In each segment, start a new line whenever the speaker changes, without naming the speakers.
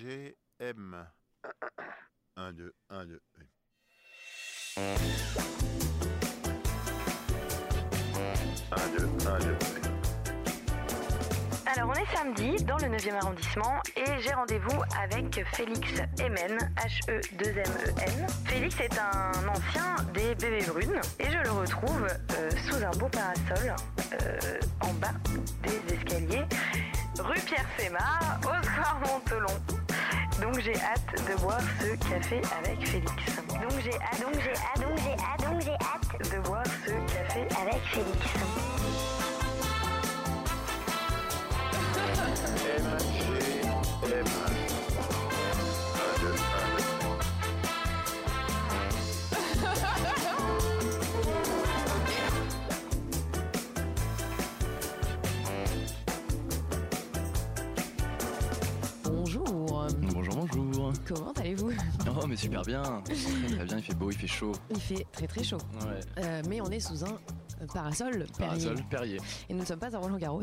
MGM. 1, 2, 1, 2.
Alors on est samedi dans le 9e arrondissement et j'ai rendez-vous avec Félix E Hemen, H-E-2-M-E-N. Félix est un ancien des bébés brunes et je le retrouve euh, sous un beau parasol euh, en bas des escaliers, rue Pierre Séma, au square Montelon. Donc j'ai hâte de boire ce café avec Félix. Donc j'ai hâte, donc j'ai hâte, donc j'ai hâte, donc j'ai hâte de boire ce café avec Félix.
MGM.
Bonjour,
Bonjour, bonjour.
comment allez-vous
Oh, mais super bien. Très, très bien, il fait beau, il fait chaud.
Il fait très très chaud,
Ouais.
Euh, mais on est sous un euh, parasol,
Parasol,
Perrier.
Perrier.
Et nous ne sommes pas à Roland Garros.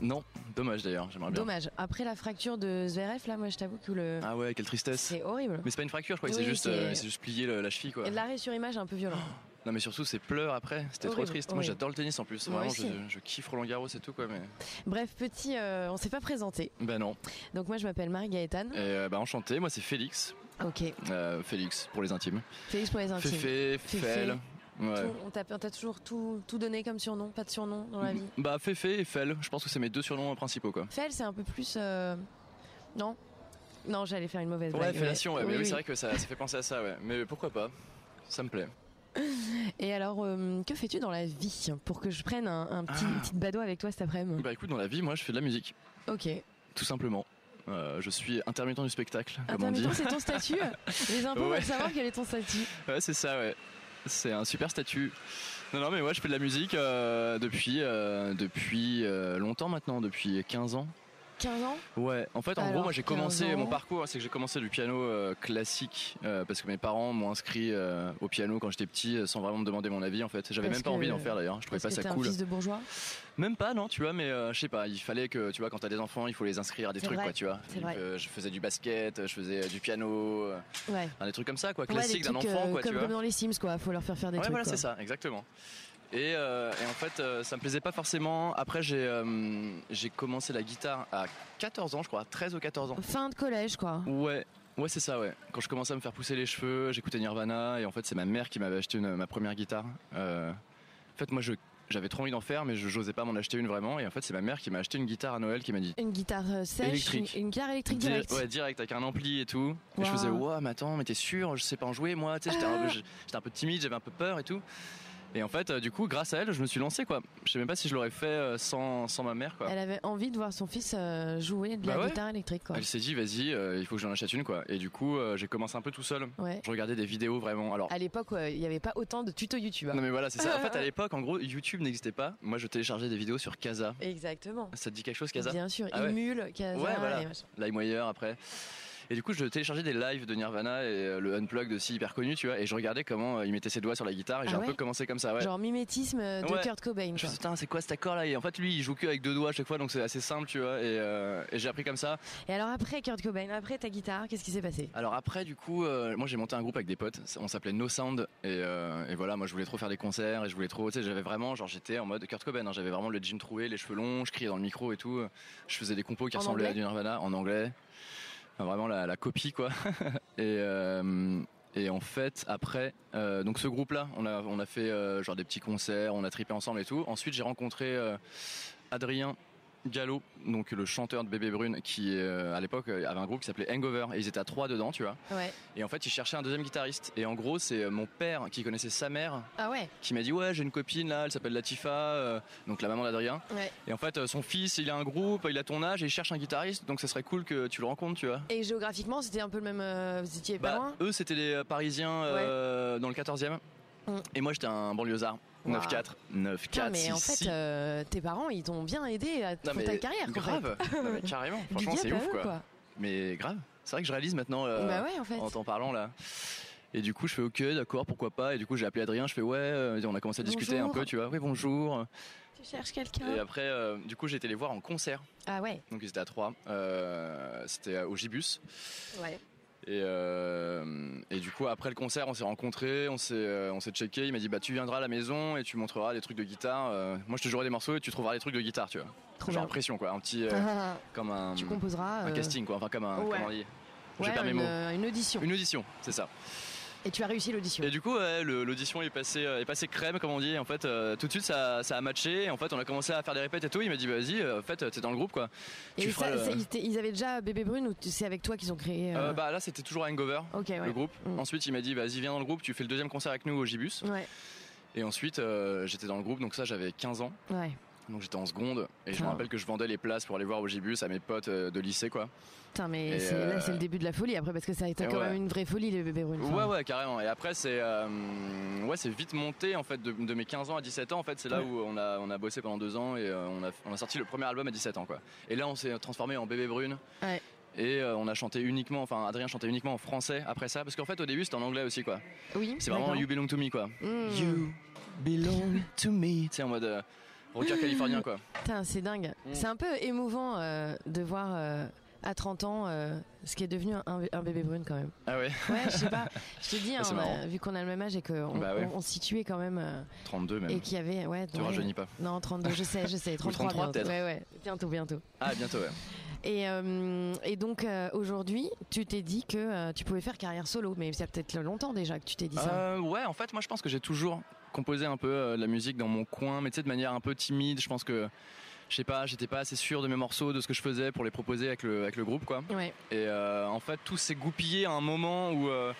Non, dommage d'ailleurs, j'aimerais bien.
Dommage. Après la fracture de Zverev, là, moi je t'avoue que le...
Ah ouais, quelle tristesse.
c'est horrible.
Mais c'est pas une fracture, je crois, que
Oui,
c'est juste,
c'est-
euh, c'est juste plier le- la cheville, quoi.
Et L'arrêt sur image est un peu violent.
Non, mais surtout, c'est pleurs après. C'était trop
Horrible,
triste. Moi,
horrible.
j'adore le tennis en plus.
Moi
Vraiment,
aussi.
je, je kiffe Roland Garros et tout, quoi. Mais
Bref, petit, euh, on s'est pas présenté.
bah non.
Donc moi je m'appelle Marie Gaëtane.
Et euh, bah enchanté. Moi, c'est Félix.
Ok,
Euh, Félix pour les intimes.
Félix pour les intimes.
Féfé,
Féfé.
Fel. Ouais.
Tout- on t'a on t'a toujours tout, tout donné comme surnom, pas de surnom dans la vie.
Bah Féfé et Fel. Je pense que c'est mes deux surnoms principaux, quoi.
Fel, c'est un peu plus... euh, Non Non, j'allais faire une mauvaise
Ouais,
blague.
fellation, ouais.
mais-
mais oui,
oui,
c'est vrai que ça, ça fait penser à ça, ouais. Mais pourquoi pas Ça me plaît.
Et alors, euh, que fais-tu dans la vie pour que je prenne un, un petit,
Ah.
une petite bado avec toi cet après-midi
Bah écoute, dans la vie, moi, je fais de la musique.
Ok.
Tout simplement. Euh, je suis intermittent du spectacle, comme on dit.
Intermittent, c'est ton statut Les impôts
Ouais.
veulent savoir quel est ton statut.
Ouais, c'est ça, ouais. C'est un super statut. Non, non, mais ouais, je fais de la musique euh, depuis, euh, depuis euh, longtemps maintenant, depuis 15 ans.
15 ans
Ouais, en fait, en
Alors,
gros, moi j'ai
15
commencé
ans.
mon parcours, c'est que j'ai commencé du piano euh, classique euh, parce que mes parents m'ont inscrit euh, au piano quand j'étais petit euh, sans vraiment me demander mon avis en fait. J'avais
Parce
même pas
que-
envie d'en faire d'ailleurs, je trouvais
Parce
pas
que
bah, ça
t'es
cool.
un fils de bourgeois
Même pas, non, tu vois, mais euh, je sais pas, il fallait que, tu vois, quand t'as des enfants, il faut les inscrire à des
C'est
trucs,
vrai,
quoi, tu vois.
c'est vrai.
Euh, je faisais du basket, je faisais euh, du piano, euh,
Ouais.
Enfin, des trucs comme ça, quoi,
Ouais,
classique
des
d'un
trucs,
enfant,
euh,
quoi,
comme,
tu vois.
comme dans les Sims, quoi. Faut leur faire faire des
ouais,
trucs.
voilà,
quoi.
c'est ça, exactement. Et, euh, et en fait, euh, ça me plaisait pas forcément. Après, j'ai euh, j'ai commencé la guitare à 14 ans, je crois, 13 ou 14 ans.
Fin de collège, quoi.
Ouais, ouais, c'est ça, ouais. Quand je commençais à me faire pousser les cheveux, j'écoutais Nirvana, et en fait, c'est ma mère qui m'avait acheté une- ma première guitare. Euh, en fait, moi, je j'avais trop envie d'en faire, mais je j'osais pas m'en acheter une vraiment. Et en fait, c'est ma mère qui m'a acheté une guitare à Noël, qui m'a dit
Une guitare euh, sèche,
Électrique.
Une, une guitare électrique
Dire-
directe.
Ouais, direct, avec un ampli et tout. Et je
Waouh.
faisais, ouah, mais attends, mais t'es sûr, je sais pas en jouer, moi, tu sais, j'étais un, j- j'étais un peu timide, j'avais un peu peur et tout. Et en fait, euh, du coup, grâce à elle, je me suis lancé, quoi. Je sais même pas si je l'aurais fait euh, sans, sans ma mère, quoi.
Elle avait envie de voir son fils euh, jouer de la
Bah ouais.
guitare électrique, quoi.
Elle s'est dit, vas-y, euh, il faut que j'en achète une, quoi. Et du coup, euh, j'ai commencé un peu tout seul.
Ouais.
Je regardais des vidéos vraiment. Alors,
À l'époque, ouais, il n'y avait pas autant de tutos YouTube. hein.
non, mais voilà, c'est ça. En fait, à l'époque, en gros, YouTube n'existait pas. Moi, je téléchargeais des vidéos sur Casa.
Exactement.
Ça te dit quelque chose, Casa
Bien sûr,
Ah ouais.
Imule, Casa,
Ouais, voilà.
et machin.
LimeWire après. Et du coup, je téléchargeais des lives de Nirvana et euh, le unplug de si hyper connu, tu vois, et je regardais comment euh, il mettait ses doigts sur la guitare et
Ah
j'ai
ouais
un peu commencé comme ça, ouais.
Genre mimétisme euh, de
Ouais.
Kurt Cobain.
Je me
Quoi.
suis dit, putain, c'est quoi cet accord là Et en fait, lui, il joue que avec deux doigts à chaque fois, donc c'est assez simple, tu vois, et, euh, et j'ai appris comme ça.
Et alors après Kurt Cobain, après ta guitare, qu'est-ce qui s'est passé
Alors après, du coup, euh, moi j'ai monté un groupe avec des potes, on s'appelait No Sound, et, euh, et voilà, moi je voulais trop faire des concerts, et je voulais trop, tu sais, j'avais vraiment, genre j'étais en mode Kurt Cobain, hein, j'avais vraiment le jean troué, les cheveux longs, je criais dans le micro et tout, je faisais des compos qui
En
ressemblaient à
anglais
du Nirvana en anglais, Enfin, vraiment la, la copie quoi. et, euh, et en fait, après, euh, donc ce groupe-là, on a, on a fait euh, genre des petits concerts, on a tripé ensemble et tout. Ensuite, j'ai rencontré euh, Adrien Gallo, donc le chanteur de Bébé Brune, qui euh, à l'époque euh, avait un groupe qui s'appelait Hangover, et ils étaient à trois dedans, tu vois.
Ouais.
Et en fait, ils cherchaient un deuxième guitariste. Et en gros, c'est euh, mon père qui connaissait sa mère,
Ah ouais.
qui m'a dit ouais, j'ai une copine là, elle s'appelle Latifa, euh, donc la maman d'Adrien.
Ouais.
Et en fait, euh, son fils, il a un groupe, il a ton âge, et il cherche un guitariste, donc ça serait cool que tu le rencontres, tu vois.
Et géographiquement, c'était un peu le même. euh, vous étiez pas
Bah,
loin
eux, c'était des euh, Parisiens euh, dans le 14e.
Mm.
Et moi, j'étais un banlieusard.
Waouh.
9-4. 9-4.
Putain, mais en fait,
si, si.
euh, tes parents, ils t'ont bien aidé à
Non,
pour
mais
ta carrière. quoi.
Grave. Non, mais carrément.
Du
Franchement,
bien
c'est
à
ouf,
eux,
quoi. Mais grave. C'est vrai que je réalise maintenant euh,
bah ouais, en fait.
en t'en parlant là. Et du coup, je fais OK, d'accord, pourquoi pas. Et du coup, j'ai appelé Adrien, je fais ouais, euh, et on a commencé à discuter un
Bonjour.
peu, tu vois. Oui, bonjour.
Je cherche
Et
quelqu'un.
après, euh, du coup, j'ai été les voir en concert.
Ah ouais,
Donc ils étaient à trois. Euh, C'était au Gibus.
ouais.
Et, euh, et du coup, après le concert, on s'est rencontrés, on s'est, euh, on s'est checké. Il m'a dit bah tu viendras à la maison et tu montreras des trucs de guitare. Euh, moi, je te jouerai des morceaux et tu trouveras des trucs de guitare, tu vois.
Trop
J'ai
bien.
l'impression quoi, un petit euh,
Ah,
comme un,
tu composeras.
un
euh,
casting quoi, enfin comme un.
ouais.
comment on dit J'ai
ouais,
pas mes
une,
mots.
euh, une audition.
Une audition, c'est ça.
Et tu as réussi l'audition.
Et du coup, ouais, le- l'audition est passée, euh, est passée crème, comme on dit. En fait, euh, tout de suite, ça, ça a matché. En fait, on a commencé à faire des répètes et tout. Il m'a dit, bah, vas-y, euh, en fait, t'es dans le groupe, quoi.
Et
tu
ça-
feras le-
ça, ils, étaient- ils avaient déjà Bébé Brune ou tu- c'est avec toi qu'ils ont créé euh,
Euh, bah là, c'était toujours à Hangover,
Ok, ouais.
le groupe.
Mm.
Ensuite, il m'a dit, vas-y, viens dans le groupe. Tu fais le deuxième concert avec nous au Gibus.
Ouais,
Et ensuite, euh, j'étais dans le groupe. Donc ça, j'avais 15 ans.
ouais.
Donc j'étais en seconde. Et je
Ah.
me rappelle que je vendais les places pour aller voir au Gibus à mes potes euh, de lycée, quoi.
Putain, mais
Et
c'est- là,
euh,
c'est le début de la folie après parce que ça a été
et
quand
ouais.
même une vraie folie, les Bébé Brune.
Ouais, ouais, carrément. Et après, c'est euh, ouais, c'est vite monté en fait de, de mes 15 ans à 17 ans. En fait, c'est là
Ouais.
où on a on a bossé pendant deux ans et euh, on a on a sorti le premier album à 17 ans quoi. Et là, on s'est transformé en bébé brune.
Ouais.
Et euh, on a chanté uniquement, enfin Adrien chantait uniquement en français après ça, parce qu'en fait au début c'était en anglais aussi quoi.
Oui,
C'est vraiment
d'accord.
You Belong to Me quoi.
Mm.
You Belong to Me. Tu sais en mode euh, rocker californien quoi.
Putain, c'est dingue.
Mm.
C'est un peu émouvant euh, de voir euh, à 30 ans euh, ce qui est devenu un, un Bébé Brune quand même.
Ah ouais,
Ouais, je sais pas. Je te dis, hein,
C'est
on a-
marrant.
vu qu'on a le même âge et qu'on
Bah ouais.
on- on se situait quand même euh,
32 même.
et qu'il y avait. Ouais,
Tu
ouais.
rajeunis pas.
Non, 32, je sais, je sais. 33,
33,
bientôt.
peut-être.
Ouais, ouais, bientôt, bientôt.
Ah bientôt ouais.
Et, euh, et donc euh, aujourd'hui, tu t'es dit que euh, tu pouvais faire carrière solo, mais ça peut-être longtemps déjà que tu t'es dit ça.
Euh, ouais, en fait, moi je pense que j'ai toujours composé un peu euh, de la musique dans mon coin, mais tu sais, de manière un peu timide. Je pense que, je sais pas, j'étais pas assez sûr de mes morceaux, de ce que je faisais pour les proposer avec le, avec le groupe, quoi.
Ouais,
Et euh, en fait, tout s'est goupillé à un moment où. euh,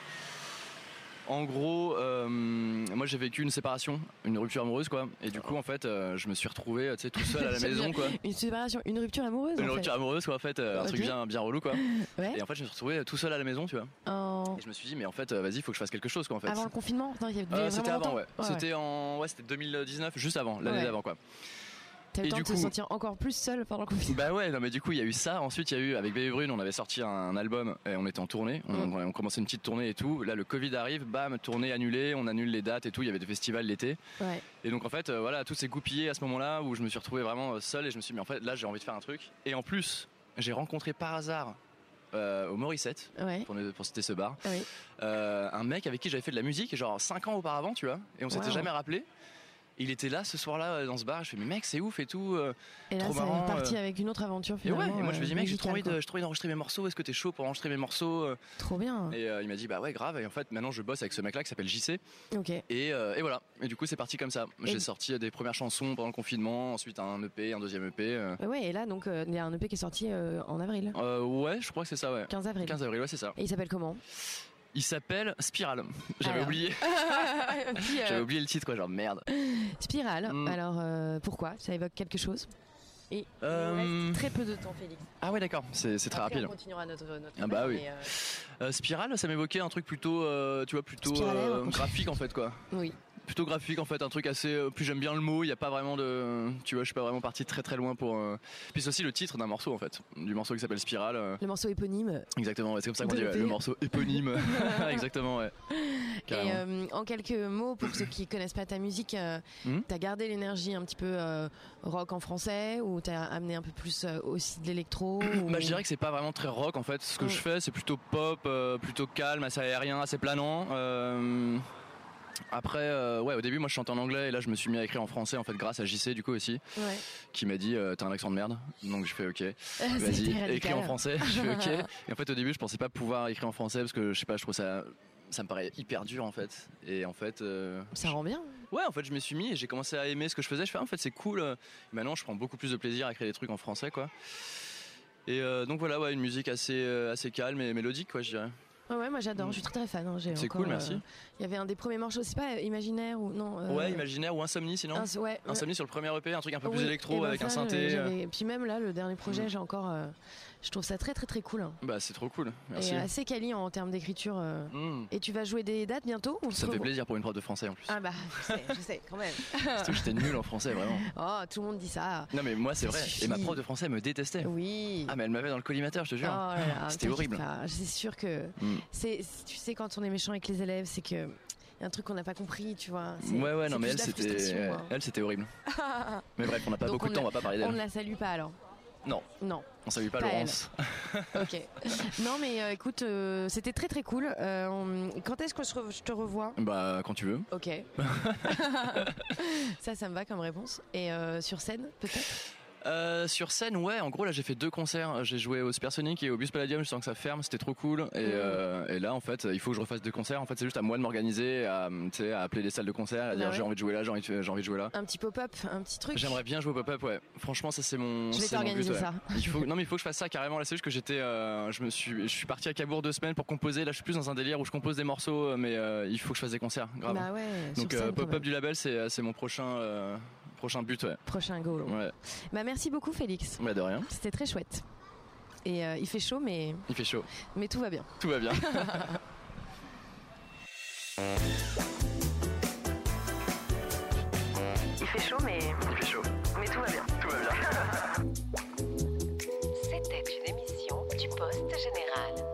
en gros, euh, moi j'ai vécu une séparation, une rupture amoureuse quoi, et du coup en fait euh, je me suis retrouvé euh, tu sais, tout seul à la
J'aime
maison
bien.
quoi,
une séparation, une rupture amoureuse.
une
en fait.
rupture amoureuse quoi en fait, euh, un truc
Ok.
bien bien relou quoi,
Ouais.
et en fait je me suis retrouvé tout seul à la maison tu vois,
En-
et je me suis dit mais en fait euh, vas-y faut que je fasse quelque chose quoi en fait.
Avant le confinement, non, il y avait
Euh,
vraiment
c'était avant,
longtemps.
ouais.
Ouais, ouais.
C'était en, ouais, c'était 2019, juste avant, l'année
Ouais.
d'avant, quoi.
T'as eu le
et
temps
du
de te
coup-
sentir encore plus seul pendant le confinement.
Bah ouais, non, mais du coup, il y a eu ça. Ensuite, il y a eu, avec Bébé Brune, on avait sorti un, album et on était en tournée. On,
Mm.
on commençait une petite tournée et tout. Là, le Covid arrive, bam, tournée annulée, on annule les dates et tout. Il y avait des festivals l'été.
Ouais.
Et donc, en fait, euh, voilà, tout s'est goupillé à ce moment-là où je me suis retrouvé vraiment euh, seul et je me suis dit, mais en fait, là, j'ai envie de faire un truc. Et en plus, j'ai rencontré par hasard euh, au Morissette.
Ouais.
pour, ne- pour citer ce bar,
Oui.
Euh, un mec avec qui j'avais fait de la musique, genre 5 ans auparavant, tu vois, et on s'était
Wow.
jamais rappelé. Il était là ce soir-là euh, dans ce bar, je fais mais mec c'est ouf et tout. euh.
Et là,
Trop
ça
marrant,
est parti
euh.
avec une autre aventure
Et ouais,
finalement.
et moi je me dis mec j'ai trop
musicale,
envie
quoi.
de- j'ai trop envie d'enregistrer mes morceaux, est-ce que t'es chaud pour enregistrer mes morceaux euh
Trop bien.
Et euh, il m'a dit bah ouais grave, et en fait maintenant je bosse avec ce mec là qui s'appelle JC,
Ok.
et, euh, et voilà, et du coup c'est parti comme ça. J'ai
Et-
sorti euh, des premières chansons pendant le confinement, ensuite un EP, un deuxième EP. euh.
Bah ouais, et là, donc, euh, il y a un EP qui est sorti euh, en avril.
Euh, ouais je crois que c'est ça ouais.
15 avril.
15 avril, ouais c'est ça.
Et il s'appelle comment
Il s'appelle Spirale. J'avais
Alors.
oublié,
Dis, euh,
j'avais oublié le titre quoi, genre merde.
Spirale.
Mm.
Alors, euh, pourquoi Ça évoque quelque chose Et il nous reste
Euh,
très peu de temps, Félix.
Ah ouais d'accord, c'est c'est très
Après,
rapide.
On continuera notre. notre
Ah bah
débat,
oui.
mais, euh,
Euh, Spirale, ça m'évoquait un truc plutôt, euh, tu vois, plutôt
Spiralaire.
euh, graphique en fait quoi.
oui.
Plutôt graphique en fait, un truc assez. euh, puis j'aime bien le mot. Il y a pas vraiment de, tu vois, je suis pas vraiment parti très très loin pour. euh, Puis c'est aussi le titre d'un morceau en fait, du morceau qui s'appelle Spirale. euh,
Le morceau éponyme.
Exactement, ouais, c'est comme ça qu'on
De
dit ouais, le
l'EP.
morceau éponyme. exactement, ouais. Carrément.
Et euh, en quelques mots, pour ceux qui connaissent pas ta musique, euh,
Mhm.
t'as gardé l'énergie un petit peu euh, rock en français ou t'as amené un peu plus euh, aussi de l'électro ou-
Bah, je dirais que c'est pas vraiment très rock en fait. Ce que
Mm.
je fais, c'est plutôt pop, euh, plutôt calme, assez aérien, assez planant. Euh, Après, euh, ouais, au début, moi je chantais en anglais et là je me suis mis à écrire en français en fait, grâce à JC du coup aussi,
Ouais.
qui m'a dit euh, T'as un accent de merde. Donc je fais Ok.
Ah, C'était
Vas-y,
radical.
écris en français. je fais ok. Et en fait, au début, je pensais pas pouvoir écrire en français parce que je sais pas, je trouve ça. Ça me paraît hyper dur en fait. Et en fait. euh,
Ça
je-
rend bien.
Ouais, en fait, je m'y suis mis et j'ai commencé à aimer ce que je faisais. Je fais, ah, en fait, c'est cool. euh, Maintenant, je prends beaucoup plus de plaisir à écrire des trucs en français quoi. Et euh, donc voilà, ouais, une musique assez, euh, assez calme et mélodique quoi, je dirais.
Ouais, ouais, moi j'adore,
Mm.
je suis très très fan. hein, j'ai
C'est
encore,
cool, merci.
euh, Il y avait un des premiers morceaux, c'est pas euh, Imaginaire ou non euh,
Ouais, imaginaire ou insomnie sinon.
Ins- ouais, ouais.
Insomnie sur le premier EP, un truc un peu
Oui,
plus
et
électro
ben
avec
ça,
un synthé. euh,
j'avais- Et puis même là, le dernier projet,
Mm.
j'ai encore. euh, je trouve ça très très très cool. hein.
Bah, c'est trop cool. Merci.
Et euh, assez quali en termes d'écriture. euh.
Mm.
Et tu vas jouer des dates bientôt ou
Ça me
trop-
fait plaisir pour une prof de français en plus.
Ah bah, je sais, je sais quand même.
Parce que j'étais nul en français vraiment.
Oh, tout le monde dit ça.
Non mais moi c'est
Ça
vrai.
suffit.
Et ma prof de français me détestait.
Oui.
Ah mais elle m'avait dans le collimateur, je te
Oh
jure.
là là,
C'était
t'inquiète
horrible.
pas, C'est sûr que
Mm.
c'est, tu sais, quand on est méchant avec les élèves, c'est que un truc qu'on n'a pas compris, tu vois. C'est-
Ouais, ouais,
c'est
non, mais
plus
elle,
de la
c'était,
frustration,
ouais,
hein.
elle, c'était horrible. Mais bref, on n'a pas
Donc
beaucoup de
on
temps,
ne-
on va pas parler
On ne
d'elle.
la salue pas alors
Non.
Non,
On salue pas
pas elle.
Laurence.
ok. non, mais euh, écoute, euh, c'était très très cool. Euh, on- Quand est-ce que je, re- je te revois
Bah, quand tu veux.
Ok. ça, ça me va comme réponse. Et euh, sur scène, peut-être
Euh, sur scène, ouais, en gros, là, j'ai fait deux concerts. J'ai joué au Supersonic et au Bus Palladium. Je sens que ça ferme, c'était trop cool.
Mm.
Et, euh, et là, en fait, il faut que je refasse deux concerts. En fait, c'est juste à moi de m'organiser, à, tu sais, à appeler les salles de concert, à dire
ouais.
j'ai envie de jouer là, j'ai envie de, j'ai envie de jouer là.
Un petit pop-up, un petit truc
J'aimerais bien jouer au pop-up, ouais. Franchement, ça, c'est mon.
Je vais
c'est mon but,
t'organiser
ouais.
ça.
Il faut, non mais il faut que je fasse ça carrément. Là c'est juste que j'étais, euh, je me suis, je suis parti à Cabourg deux semaines pour composer. Là je suis plus dans un délire où je compose des morceaux, euh, mais euh, il faut que je fasse des concerts. Grave.
Bah ouais, sur
Donc
scène,
euh,
quand
pop-up
même.
du label c'est, c'est mon prochain, euh, prochain but. Ouais.
Prochain goal.
ouais.
Bah merci beaucoup, Félix.
Bah, de rien.
C'était très chouette. Et euh, il fait chaud, mais,
Il fait chaud.
mais tout va bien.
Tout va bien.
Il fait chaud, mais. Il fait chaud. Mais tout va bien.
C'était une émission du Poste Général.